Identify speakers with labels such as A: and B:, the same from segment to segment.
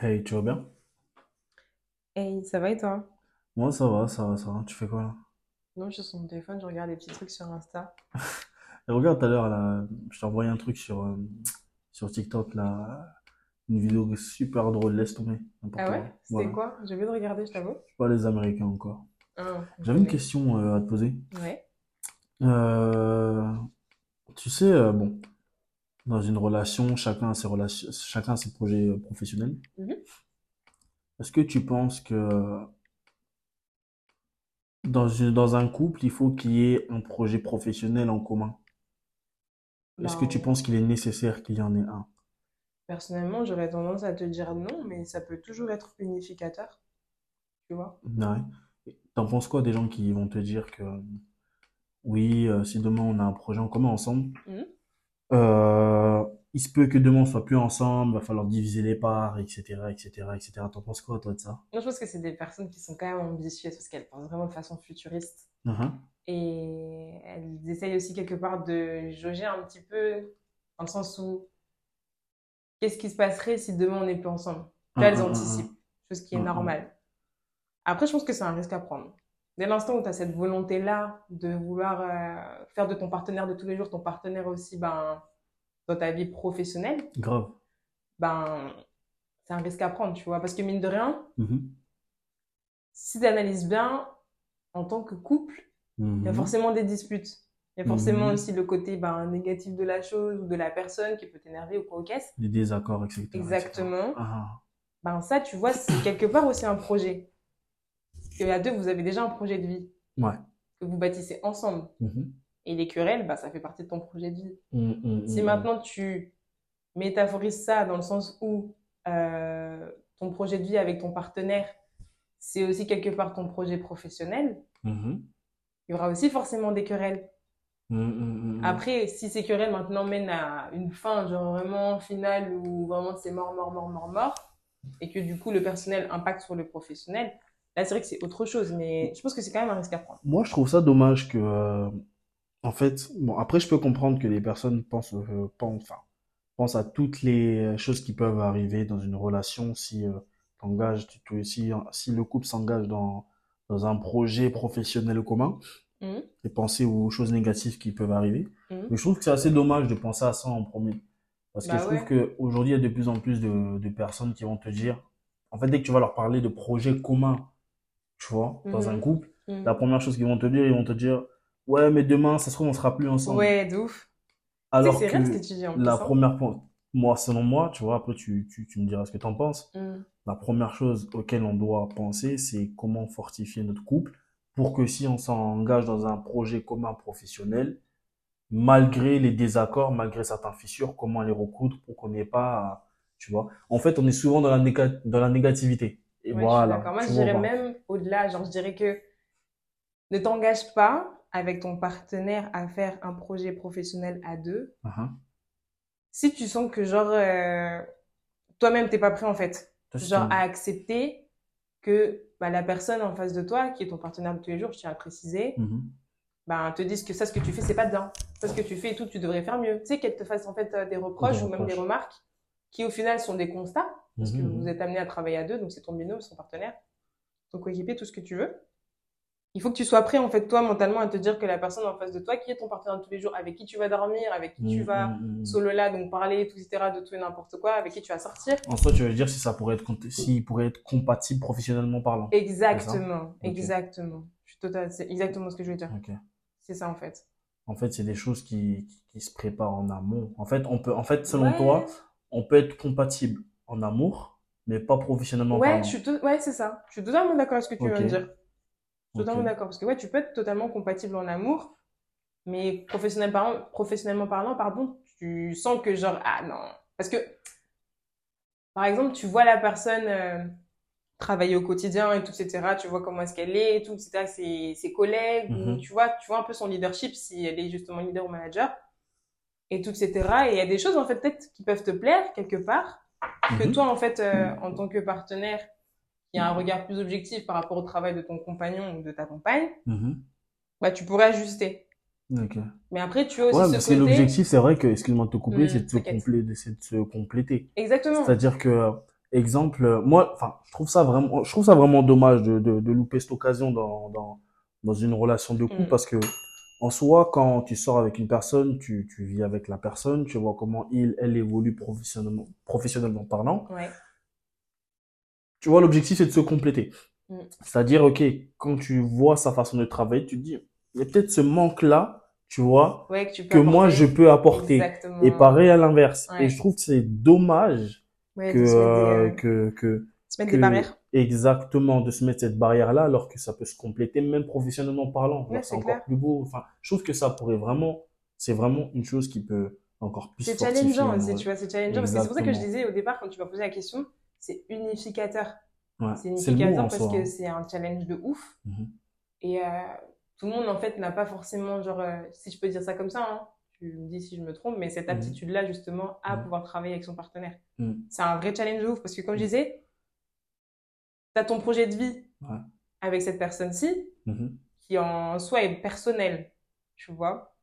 A: Hey, tu vas bien?
B: Hey, ça va et toi?
A: Moi, ça va, ça va, ça va. Tu fais quoi là?
B: Non, je suis sur mon téléphone, je regarde des petits trucs sur Insta.
A: Et regarde tout à l'heure, là, je t'ai envoyé un truc sur, euh, sur TikTok, là, une vidéo super drôle, laisse tomber, n'importe
B: Ah ouais?
A: quoi.
B: C'était
A: Voilà.
B: quoi? J'ai envie de regarder, je t'avoue.
A: Je suis pas les Américains encore.
B: Ah,
A: J'avais une
B: désolé.
A: question euh, à te poser.
B: Ouais.
A: Euh, tu sais, euh, bon, dans une relation, chacun a ses relations, chacun a ses projets euh, professionnels.
B: Mhm.
A: Est-ce que tu penses que euh, dans une- dans un couple, il faut qu'il y ait un projet professionnel en commun? Est-ce que tu
B: Ben,
A: penses qu'il est nécessaire qu'il y en ait un?
B: personnellement, j'aurais tendance à te dire non, mais ça peut toujours être unificateur, tu vois?
A: Ouais. Et T'en penses quoi des gens qui vont te dire que euh, oui, euh, si demain on a un projet en commun ensemble,
B: Mhm.
A: euh, il se peut que demain on soit plus ensemble, va falloir diviser les parts, etc., etc., etc. T'en penses quoi toi de ça?
B: Non, je pense que c'est des personnes qui sont quand même ambitieuses parce qu'elles pensent vraiment de façon futuriste.
A: Uhum.
B: Et elles essayent aussi quelque part de jauger un petit peu, dans le sens où qu'est-ce qui se passerait si demain on n'est plus ensemble? Tu
A: Un,
B: vois, Bah, elles
A: un,
B: anticipent,
A: un,
B: chose qui est
A: un, un, un.
B: normale. Après, je pense que c'est un risque à prendre. Dès l'instant où tu as cette volonté-là de vouloir euh, faire de ton partenaire de tous les jours ton partenaire aussi ben, dans ta vie professionnelle,
A: Grave.
B: ben, c'est un risque à prendre, tu vois. Parce que mine de rien,
A: Mhm.
B: si tu analyses bien, en tant que couple, il y a
A: Mhm.
B: forcément des disputes. Il y a forcément
A: Mhm.
B: aussi le côté ben, négatif de la chose ou de la personne qui peut t'énerver ou quoi au caisse.
A: Des désaccords, etc., etc.
B: Exactement.
A: Ah,
B: Ben, ça, tu vois, c'est quelque part aussi un projet. Parce que à deux, vous avez déjà un projet de vie
A: ouais.
B: que vous bâtissez ensemble.
A: Mhm.
B: Et les querelles, bah, ça fait partie de ton projet de vie.
A: Mm, mm,
B: Si
A: mm, mm.
B: maintenant tu métaphorises ça dans le sens où euh, ton projet de vie avec ton partenaire, c'est aussi quelque part ton projet professionnel,
A: Mhm.
B: il y aura aussi forcément des querelles.
A: Mm, mm,
B: Mm-hmm. Ah,
A: mm, mm.
B: Après, si ces querelles maintenant mènent à une fin, genre vraiment finale où vraiment c'est mort, mort, mort, mort, mort, et que du coup le personnel impacte sur le professionnel, là c'est vrai que c'est autre chose, mais je pense que c'est quand même un risque à prendre.
A: Moi, je trouve ça dommage que, euh, en fait, bon, après, je peux comprendre que les personnes pensent, euh, pensent, enfin, pense à toutes les euh, choses qui peuvent arriver dans une relation si euh, t'engages, tu tu- si, si le couple s'engage dans, dans un projet professionnel commun
B: Mhm,
A: et penser aux choses négatives qui peuvent arriver.
B: mhm.
A: Mais je trouve que c'est assez dommage de penser à ça en premier. Parce que je
B: Bah
A: trouve
B: ouais.
A: qu'aujourd'hui, il y a de plus en plus de, de personnes qui vont te dire, en fait, dès que tu vas leur parler de projets communs, tu vois, dans un
B: Mhm,
A: couple, la
B: mhm.
A: première chose qu'ils vont te dire, ils vont te dire, ouais, mais demain, ça se trouve, on sera plus ensemble.
B: Ouais, de ouf. Tu sais que
A: Alors
B: c'est réel ce que
A: que
B: tu dis
A: la
B: en plus, hein?
A: première po- moi, selon moi, tu vois, après tu, tu, tu me diras ce que t'en penses.
B: Mm.
A: La première chose auquel on doit penser, c'est comment fortifier notre couple pour que si on s'engage dans un projet commun professionnel, malgré les désaccords, malgré certaines fissures, comment les recoudre pour qu'on n'ait pas, à- tu vois. En fait, on est souvent dans la, néga- dans la négativité. Et
B: Ouais, je suis
A: voilà,
B: d'accord. Moi,
A: tu
B: je
A: vois,
B: dirais
A: bah,
B: même au-delà. Genre, je dirais que ne t'engage pas avec ton partenaire à faire un projet professionnel à deux
A: uh-huh.
B: si tu sens que, genre, euh, toi-même, t'es pas prêt, en fait.
A: Toi, si t'es
B: Genre,
A: une-
B: à accepter que bah, la personne en face de toi, qui est ton partenaire de tous les jours, je tiens à préciser,
A: Mhm.
B: bah, te dise que ça, ce que tu fais, c'est pas bien. Ça, ce que tu fais et tout, tu devrais faire mieux. Tu sais, qu'elle te fasse, en fait, euh, des
A: Des
B: reproches ou même des
A: reproches.
B: remarques qui, au final, sont des constats parce que vous
A: Mhm,
B: êtes amené à travailler à deux, donc c'est ton binôme, son partenaire, ton coéquipier, tout ce que tu veux. Il faut que tu sois prêt, en fait, toi, mentalement, à te dire que la personne en face de toi, qui est ton partenaire de tous les jours, avec qui tu vas dormir, avec qui
A: mhm.
B: tu
A: Mhm,
B: vas
A: mhm, mhm.
B: solo là, donc parler, tout, etc., de tout et n'importe quoi, avec qui tu vas sortir.
A: En soi, tu veux dire si ça pourrait être, compté- s'il pourrait être compatible professionnellement parlant, c'est ça? Ok,
B: Exactement, exactement. Je suis totale, c'est exactement ce que je veux dire.
A: ok.
B: C'est ça, en fait.
A: En fait, c'est des choses qui, qui, qui se préparent en amont. En fait, on peut, en fait, selon toi,
B: Ouais,
A: on peut être compatible en amour, mais pas professionnellement
B: ouais, je
A: parlant.
B: suis to- ouais, c'est ça. Je suis totalement d'accord avec ce que tu viens
A: Ok,
B: de dire. Je suis
A: ok.
B: totalement d'accord, parce que ouais, tu peux être totalement compatible en amour, Mais professionnel parlant, professionnellement parlant, pardon, tu sens que genre, ah non. Parce que, par exemple, tu vois la personne euh, travailler au quotidien et tout, etc. Tu vois comment est-ce qu'elle est et tout, etc. Ses, ses collègues, ou
A: Mhm.
B: tu vois, tu vois un peu son leadership si elle est justement leader ou manager et tout, etc. Et il y a des choses, en fait, peut-être qui peuvent te plaire quelque part, que toi,
A: Mhm.
B: en fait, euh, en tant que partenaire, qui a un regard plus objectif par rapport au travail de ton compagnon ou de ta compagne,
A: Mhm.
B: bah, tu pourrais ajuster.
A: Ok.
B: Mais après, tu as aussi
A: Ouais, bah,
B: ce
A: parce que
B: côté,
A: l'objectif, c'est vrai que, excuse-moi de te couper, c'est
B: Hum,
A: de se
B: t'inquiète.
A: complé- c'est de se compléter.
B: Exactement.
A: C'est-à-dire que, exemple, euh, moi, enfin, je trouve ça vraiment, je trouve ça vraiment dommage de, de, de louper cette occasion dans, dans, dans une relation de couple
B: Mm.
A: parce que, en soi, quand tu sors avec une personne, tu, tu vis avec la personne, tu vois comment il, elle évolue professionnellement, professionnellement parlant.
B: Ouais.
A: Tu vois, l'objectif, c'est de se compléter.
B: Mm.
A: C'est-à-dire, ok, quand tu vois sa façon de travailler, tu te dis, il y a peut-être ce manque-là, tu vois,
B: Ouais, que tu peux
A: que moi,
B: apporter.
A: je peux apporter.
B: Exactement.
A: Et pareil à l'inverse.
B: Ouais.
A: Et je trouve que c'est dommage
B: Ouais,
A: que,
B: de se mettre des,
A: euh,
B: euh,
A: que, que,
B: se mettre
A: que-
B: des barrières.
A: exactement de se mettre cette barrière là alors que ça peut se compléter même professionnellement parlant Genre,
B: Ouais,
A: c'est
B: c'est
A: encore
B: clair.
A: plus beau enfin je trouve que ça pourrait vraiment c'est vraiment une chose qui peut encore plus
B: C'est
A: fortifier
B: challengeant
A: un
B: aussi,
A: vrai-
B: tu vois, c'est challengeant. Parce que c'est pour ça que je
A: hein, Exactement.
B: disais au départ, quand tu m'as posé la question, c'est unificateur.
A: Ouais,
B: C'est
A: Ah, c'est le mot
B: unificateur
A: en
B: parce
A: soi
B: que
A: hein.
B: c'est un challenge de ouf.
A: Mhm.
B: Et euh, tout le monde, en fait, n'a pas forcément, genre, euh, si je peux dire ça comme ça, hein, tu me dis si je me trompe, mais cette
A: Mhm.
B: aptitude-là, justement, à
A: Mhm.
B: pouvoir travailler avec son partenaire.
A: Mhm.
B: C'est un vrai challenge de ouf parce que, comme je
A: Mhm.
B: disais, tu as ton projet de vie
A: Ouais.
B: avec cette personne-ci
A: Mhm.
B: qui, en soi, est personnel, tu vois.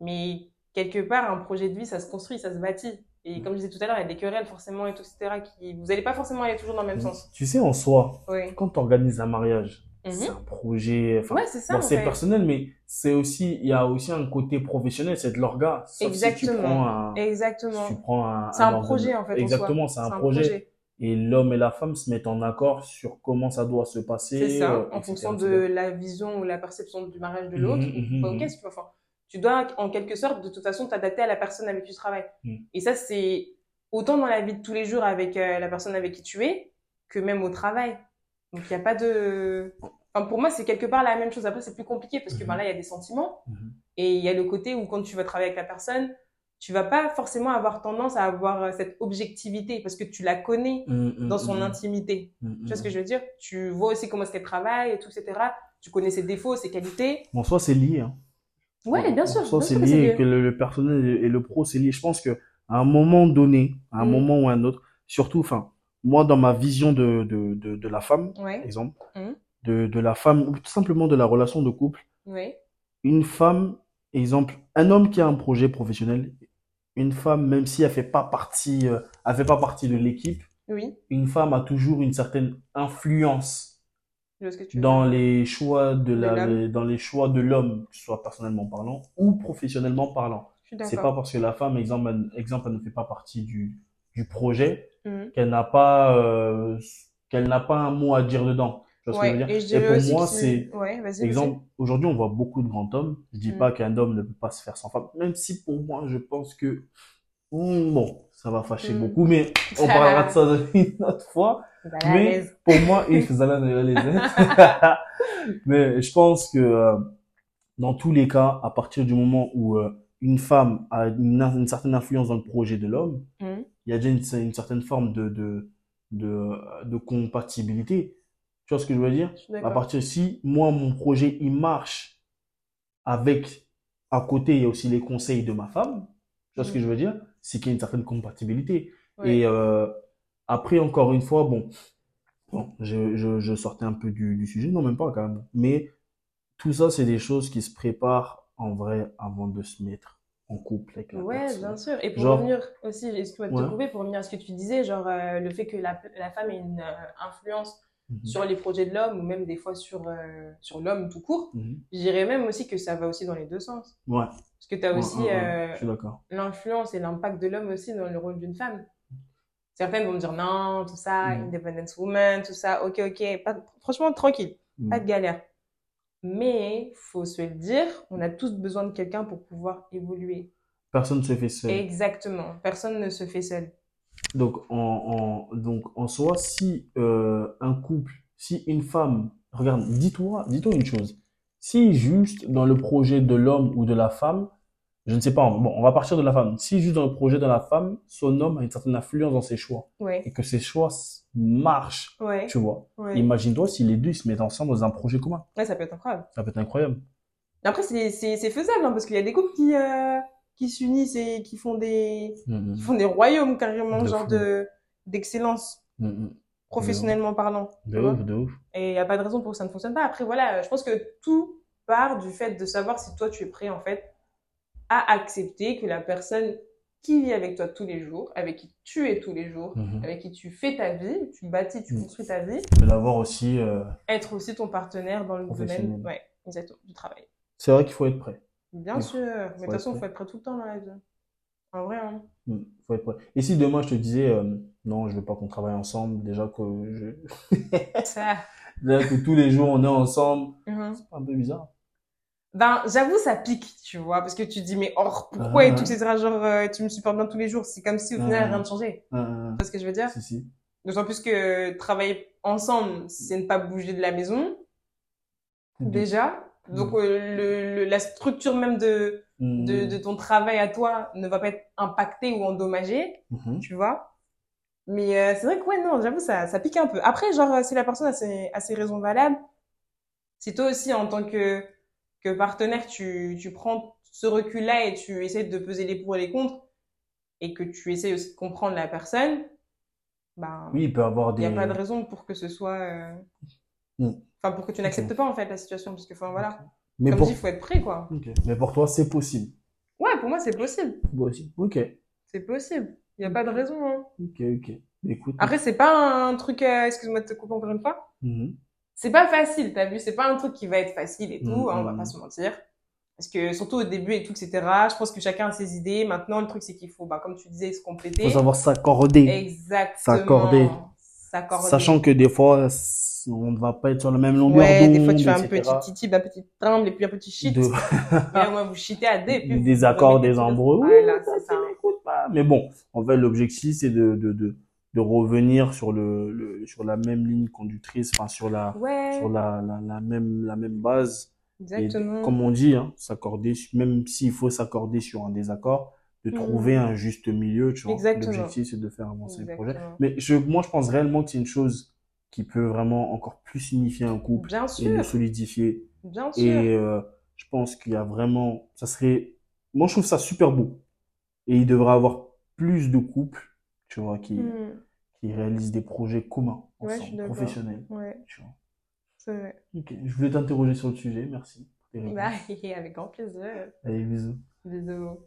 B: Mais quelque part, un projet de vie, ça se construit, ça se bâtit. Et
A: Mhm.
B: comme je disais tout à l'heure, il y a des querelles forcément et tout, etc. Qui... Vous n'allez pas forcément aller toujours dans le même
A: Mhm.
B: sens.
A: tu sais en soi
B: Oui.
A: quand tu organises un mariage
B: Mhm.
A: c'est un projet enfin
B: Ouais, c'est ça,
A: bon,
B: en
A: c'est
B: fait.
A: personnel mais c'est aussi il y a aussi un côté professionnel c'est de l'orga sauf si tu prends
B: Exactement.
A: un si
B: Exactement.
A: tu prends un,
B: C'est un
A: organe-
B: projet, en fait, en soi.
A: exactement c'est un projet et l'homme et la femme se mettent en accord sur comment ça doit se passer,
B: C'est ça,
A: euh,
B: en
A: etc.,
B: fonction
A: etc.
B: de la vision ou la perception du mariage de
A: Mhm,
B: l'autre.
A: mhm,
B: Bah, ok,
A: mhm.
B: si tu, veux, enfin, tu dois en quelque sorte de toute façon t'adapter à la personne avec qui tu travailles.
A: Mhm.
B: Et ça, c'est autant dans la vie de tous les jours avec euh, la personne avec qui tu es que même au travail. Donc il n'y a pas de. Enfin, pour moi, c'est quelque part la même chose. Après, c'est plus compliqué parce que
A: Mhm.
B: ben, là, il y a des sentiments
A: Mhm.
B: et il y a le côté où quand tu vas travailler avec la personne, tu vas pas forcément avoir tendance à avoir euh, cette objectivité parce que tu la connais
A: Mhm,
B: dans son
A: mhm,
B: intimité.
A: mhm,
B: Tu vois ce que
A: mhm.
B: je veux dire Tu vois aussi comment est-ce qu'elle travaille et tout, etc. Tu connais ses défauts, ses qualités.
A: En soi, c'est lié. hein.
B: Ouais,
A: En-
B: bien
A: en
B: sûr.
A: soi,
B: bien
A: c'est
B: sûr que c'est
A: lié, que
B: lié.
A: le, le personnel et et le pro, c'est lié. Je pense que à un moment donné, à un
B: Mm.
A: moment ou à un autre, surtout, enfin, moi, dans ma vision de, de, de, de la femme, par
B: Ouais,
A: exemple,
B: Mhm.
A: de, de la femme, ou tout simplement de la relation de couple,
B: ouais,
A: une femme, exemple, un homme qui a un projet professionnel, une femme, même si elle fait pas partie, euh, elle fait pas partie de l'équipe,
B: oui.
A: une femme a toujours une certaine influence
B: Je vois ce que tu veux
A: dans
B: dire.
A: les choix de
B: De
A: la, euh,
B: l'homme.
A: dans les choix de l'homme, que ce soit personnellement parlant ou professionnellement parlant.
B: Je suis
A: C'est pas
B: d'accord.
A: parce que la femme, exemple, elle, exemple, elle ne fait pas partie du, du projet
B: Mhm.
A: qu'elle n'a pas, euh, qu'elle n'a pas un mot à dire dedans. Tu vois ce que je veux
B: Ouais,
A: dire?
B: et je
A: Et
B: dirais
A: pour
B: aussi
A: moi,
B: que.
A: c'est,
B: Ouais, vas-y, vas-y.
A: exemple, aujourd'hui, on voit beaucoup de grands hommes. Je dis
B: Mm.
A: pas qu'un homme ne peut pas se faire sans femme, même si pour moi, je pense que Hmm, bon, ça va fâcher
B: Mm.
A: beaucoup, mais on parlera de ça une autre fois.
B: Vous allez à
A: Mais
B: l'aise.
A: pour moi, il faut aller à l'aise. Mais je pense que euh, dans tous les cas, à partir du moment où euh, une femme a une, une certaine influence dans le projet de l'homme,
B: Mm.
A: il y a déjà une, une certaine forme de, de, de, de compatibilité. Tu vois ce que je veux dire?
B: Je suis
A: À
B: d'accord.
A: partir si moi, mon projet, il marche avec, à côté, il y a aussi les conseils de ma femme. Tu vois ce que
B: Mm.
A: je veux dire? C'est qu'il y a une certaine compatibilité. Et
B: Ouais.
A: euh, après, encore une fois, bon, bon je, je, je sortais un peu du, du sujet, non, même pas quand même. Mais tout ça, c'est des choses qui se préparent en vrai avant de se mettre en couple avec la
B: Ouais, bien
A: personne.
B: sûr. Et pour
A: Genre,
B: revenir aussi, excuse-moi de te
A: ouais.
B: couper, pour revenir à ce que tu disais, genre euh, le fait que la, la femme ait une euh, influence
A: Mhm.
B: sur les projets de l'homme ou même des fois sur, euh, sur l'homme tout court,
A: Mhm.
B: je dirais même aussi que ça va aussi dans les deux sens.
A: Ouais,
B: Parce que tu as
A: ouais,
B: aussi
A: ouais, ouais,
B: euh,
A: je suis d'accord.
B: l'influence et l'impact de l'homme aussi dans le rôle d'une femme. Certaines vont me dire non, tout ça,
A: Mhm.
B: independence woman, tout ça, ok, ok, pas- franchement tranquille, pas de
A: Mhm.
B: galère. Mais faut se le dire, on a tous besoin de quelqu'un pour pouvoir évoluer.
A: Personne ne se fait seul.
B: Exactement, personne ne se fait seul.
A: Donc en, en, donc en soi, si euh, un couple, si une femme, regarde, dis-toi, dis-toi une chose. Si juste dans le projet de l'homme ou de la femme, je ne sais pas, bon, on va partir de la femme. Si juste dans le projet de la femme, son homme a une certaine influence dans ses choix et
B: Ouais,
A: que ses choix s- marchent,
B: ouais,
A: tu vois.
B: ouais.
A: Imagine-toi si les deux ils se mettent ensemble dans un projet commun.
B: Ouais, ça peut être incroyable.
A: Ça peut être incroyable.
B: Mais Après, c'est c'est- c'est faisable, hein, parce qu'il y a des couples qui, euh, qui s'unissent et qui font des, qui
A: Mhm.
B: font des royaumes carrément,
A: De
B: genre
A: fou.
B: de d'excellence,
A: Mhm.
B: professionnellement parlant.
A: De
B: Tu vois?
A: ouf, de ouf.
B: Et il n'y a pas de raison pour que ça ne fonctionne pas. Après, voilà, je pense que tout part du fait de savoir si toi, tu es prêt, en fait, à accepter que la personne qui vit avec toi tous les jours, avec qui tu es tous les jours,
A: Mhm.
B: avec qui tu fais ta vie, tu bâtis, tu
A: Mhm.
B: construis ta vie,
A: de l'avoir aussi. euh,
B: être aussi ton partenaire dans le domaine
A: Professionnel.
B: ouais, exactement, du travail.
A: C'est vrai qu'il faut être prêt.
B: Bien
A: Ouais,
B: sûr, mais de toute
A: être
B: façon, il
A: prêt.
B: faut être prêt tout le temps dans la vie. En vrai, hein.
A: Mm, faut être prêt. Et si demain je te disais euh, non, je veux pas qu'on travaille ensemble, déjà que, je-
B: Ça.
A: déjà que tous les jours on est ensemble,
B: Mhm.
A: c'est un peu bizarre.
B: Ben, j'avoue, ça pique, tu vois, parce que tu te dis, mais oh, pourquoi et
A: Ah.
B: tout, etc. Genre, euh, tu me supportes bien tous les jours. C'est comme si au final,
A: Ah.
B: rien ne changeait.
A: Euh,
B: Tu vois ce que je veux dire?
A: si, si.
B: D'autant plus que travailler ensemble, c'est ne pas bouger de la maison,
A: Mm-hmm.
B: déjà. Donc, euh, le, le- la structure même de,
A: Mm,
B: de, de ton travail à toi ne va pas être impactée ou endommagée,
A: mhm.
B: tu vois. Mais euh, c'est vrai que, ouais, non, j'avoue, ça, ça pique un peu. Après, genre, euh, si la personne a ses, a ses raisons valables, si toi aussi, en tant que, que partenaire, tu, tu prends ce recul-là et tu essaies de peser les pour et les contre, et que tu essaies aussi de comprendre la personne, ben,
A: Oui, il peut avoir
B: il n'y
A: des.
B: a pas de raison pour que ce soit. euh,
A: Mm.
B: Enfin, pour que tu n'acceptes pas, en fait, la situation. Parce que, enfin, voilà.
A: Mais
B: Comme
A: pour...
B: dit, il faut être prêt, quoi.
A: Ok. Mais pour toi, c'est possible.
B: Ouais, pour moi, c'est possible.
A: Possible. Ok.
B: C'est possible. Il n'y a pas de raison. hein.
A: Ok, ok. Écoute.
B: Après, c'est pas un truc. euh, Excuse-moi de te couper encore une fois.
A: Mhm.
B: C'est pas facile, t'as vu C'est pas un truc qui va être facile et tout.
A: Mm,
B: hein, on va
A: mm.
B: pas se mentir. Parce que, surtout au début et tout, etc., je pense que chacun a ses idées. Maintenant, le truc, c'est qu'il faut, bah, comme tu disais, se compléter.
A: Faut savoir s'accorder.
B: Exactement.
A: S'accorder.
B: S'accorder.
A: Sachant que des fois, s- on ne va pas être sur la même longueur
B: Ouais, des
A: d'onde,
B: fois, tu fais un
A: etc.
B: petit titib, un petit trimble, et puis un petit shit.
A: De-
B: Et là, moi, vous chitez à deux, et puis
A: des
B: vous-
A: désaccords,
B: vous remettez
A: des
B: tout le-
A: embrouilles.
B: Voilà,
A: Oui,
B: Ah, c'est
A: ça,
B: ça.
A: tu m'écoutes pas. Mais bon, en fait, l'objectif, c'est de, de, de, de revenir sur, le, le- sur la même ligne conductrice, enfin, sur, la,
B: Ouais,
A: sur la, la, la même, la même base. Et
B: exactement.
A: comme on dit, hein, s'accorder, su- même s'il faut s'accorder sur un désaccord, de
B: Mm.
A: trouver un juste milieu, tu vois.
B: Exactement.
A: L'objectif, c'est de faire avancer le projet.
B: Exactement.
A: Mais je, moi, je pense réellement que c'est une chose qui peut vraiment encore plus signifier un couple
B: Bien
A: et le
B: sûr,
A: solidifier.
B: bien sûr.
A: Et euh, je pense qu'il y a vraiment, ça serait, moi je trouve ça super beau. Et il devrait y avoir plus de couples, tu vois, qui,
B: Hmm,
A: qui réalisent des projets communs
B: Ouais, je suis
A: ensemble,
B: d'accord.
A: professionnels,
B: Ouais,
A: tu vois.
B: c'est vrai.
A: Ok, je voulais t'interroger sur le sujet, merci.
B: Bah, avec grand plaisir.
A: Allez, bisous.
B: Bisous.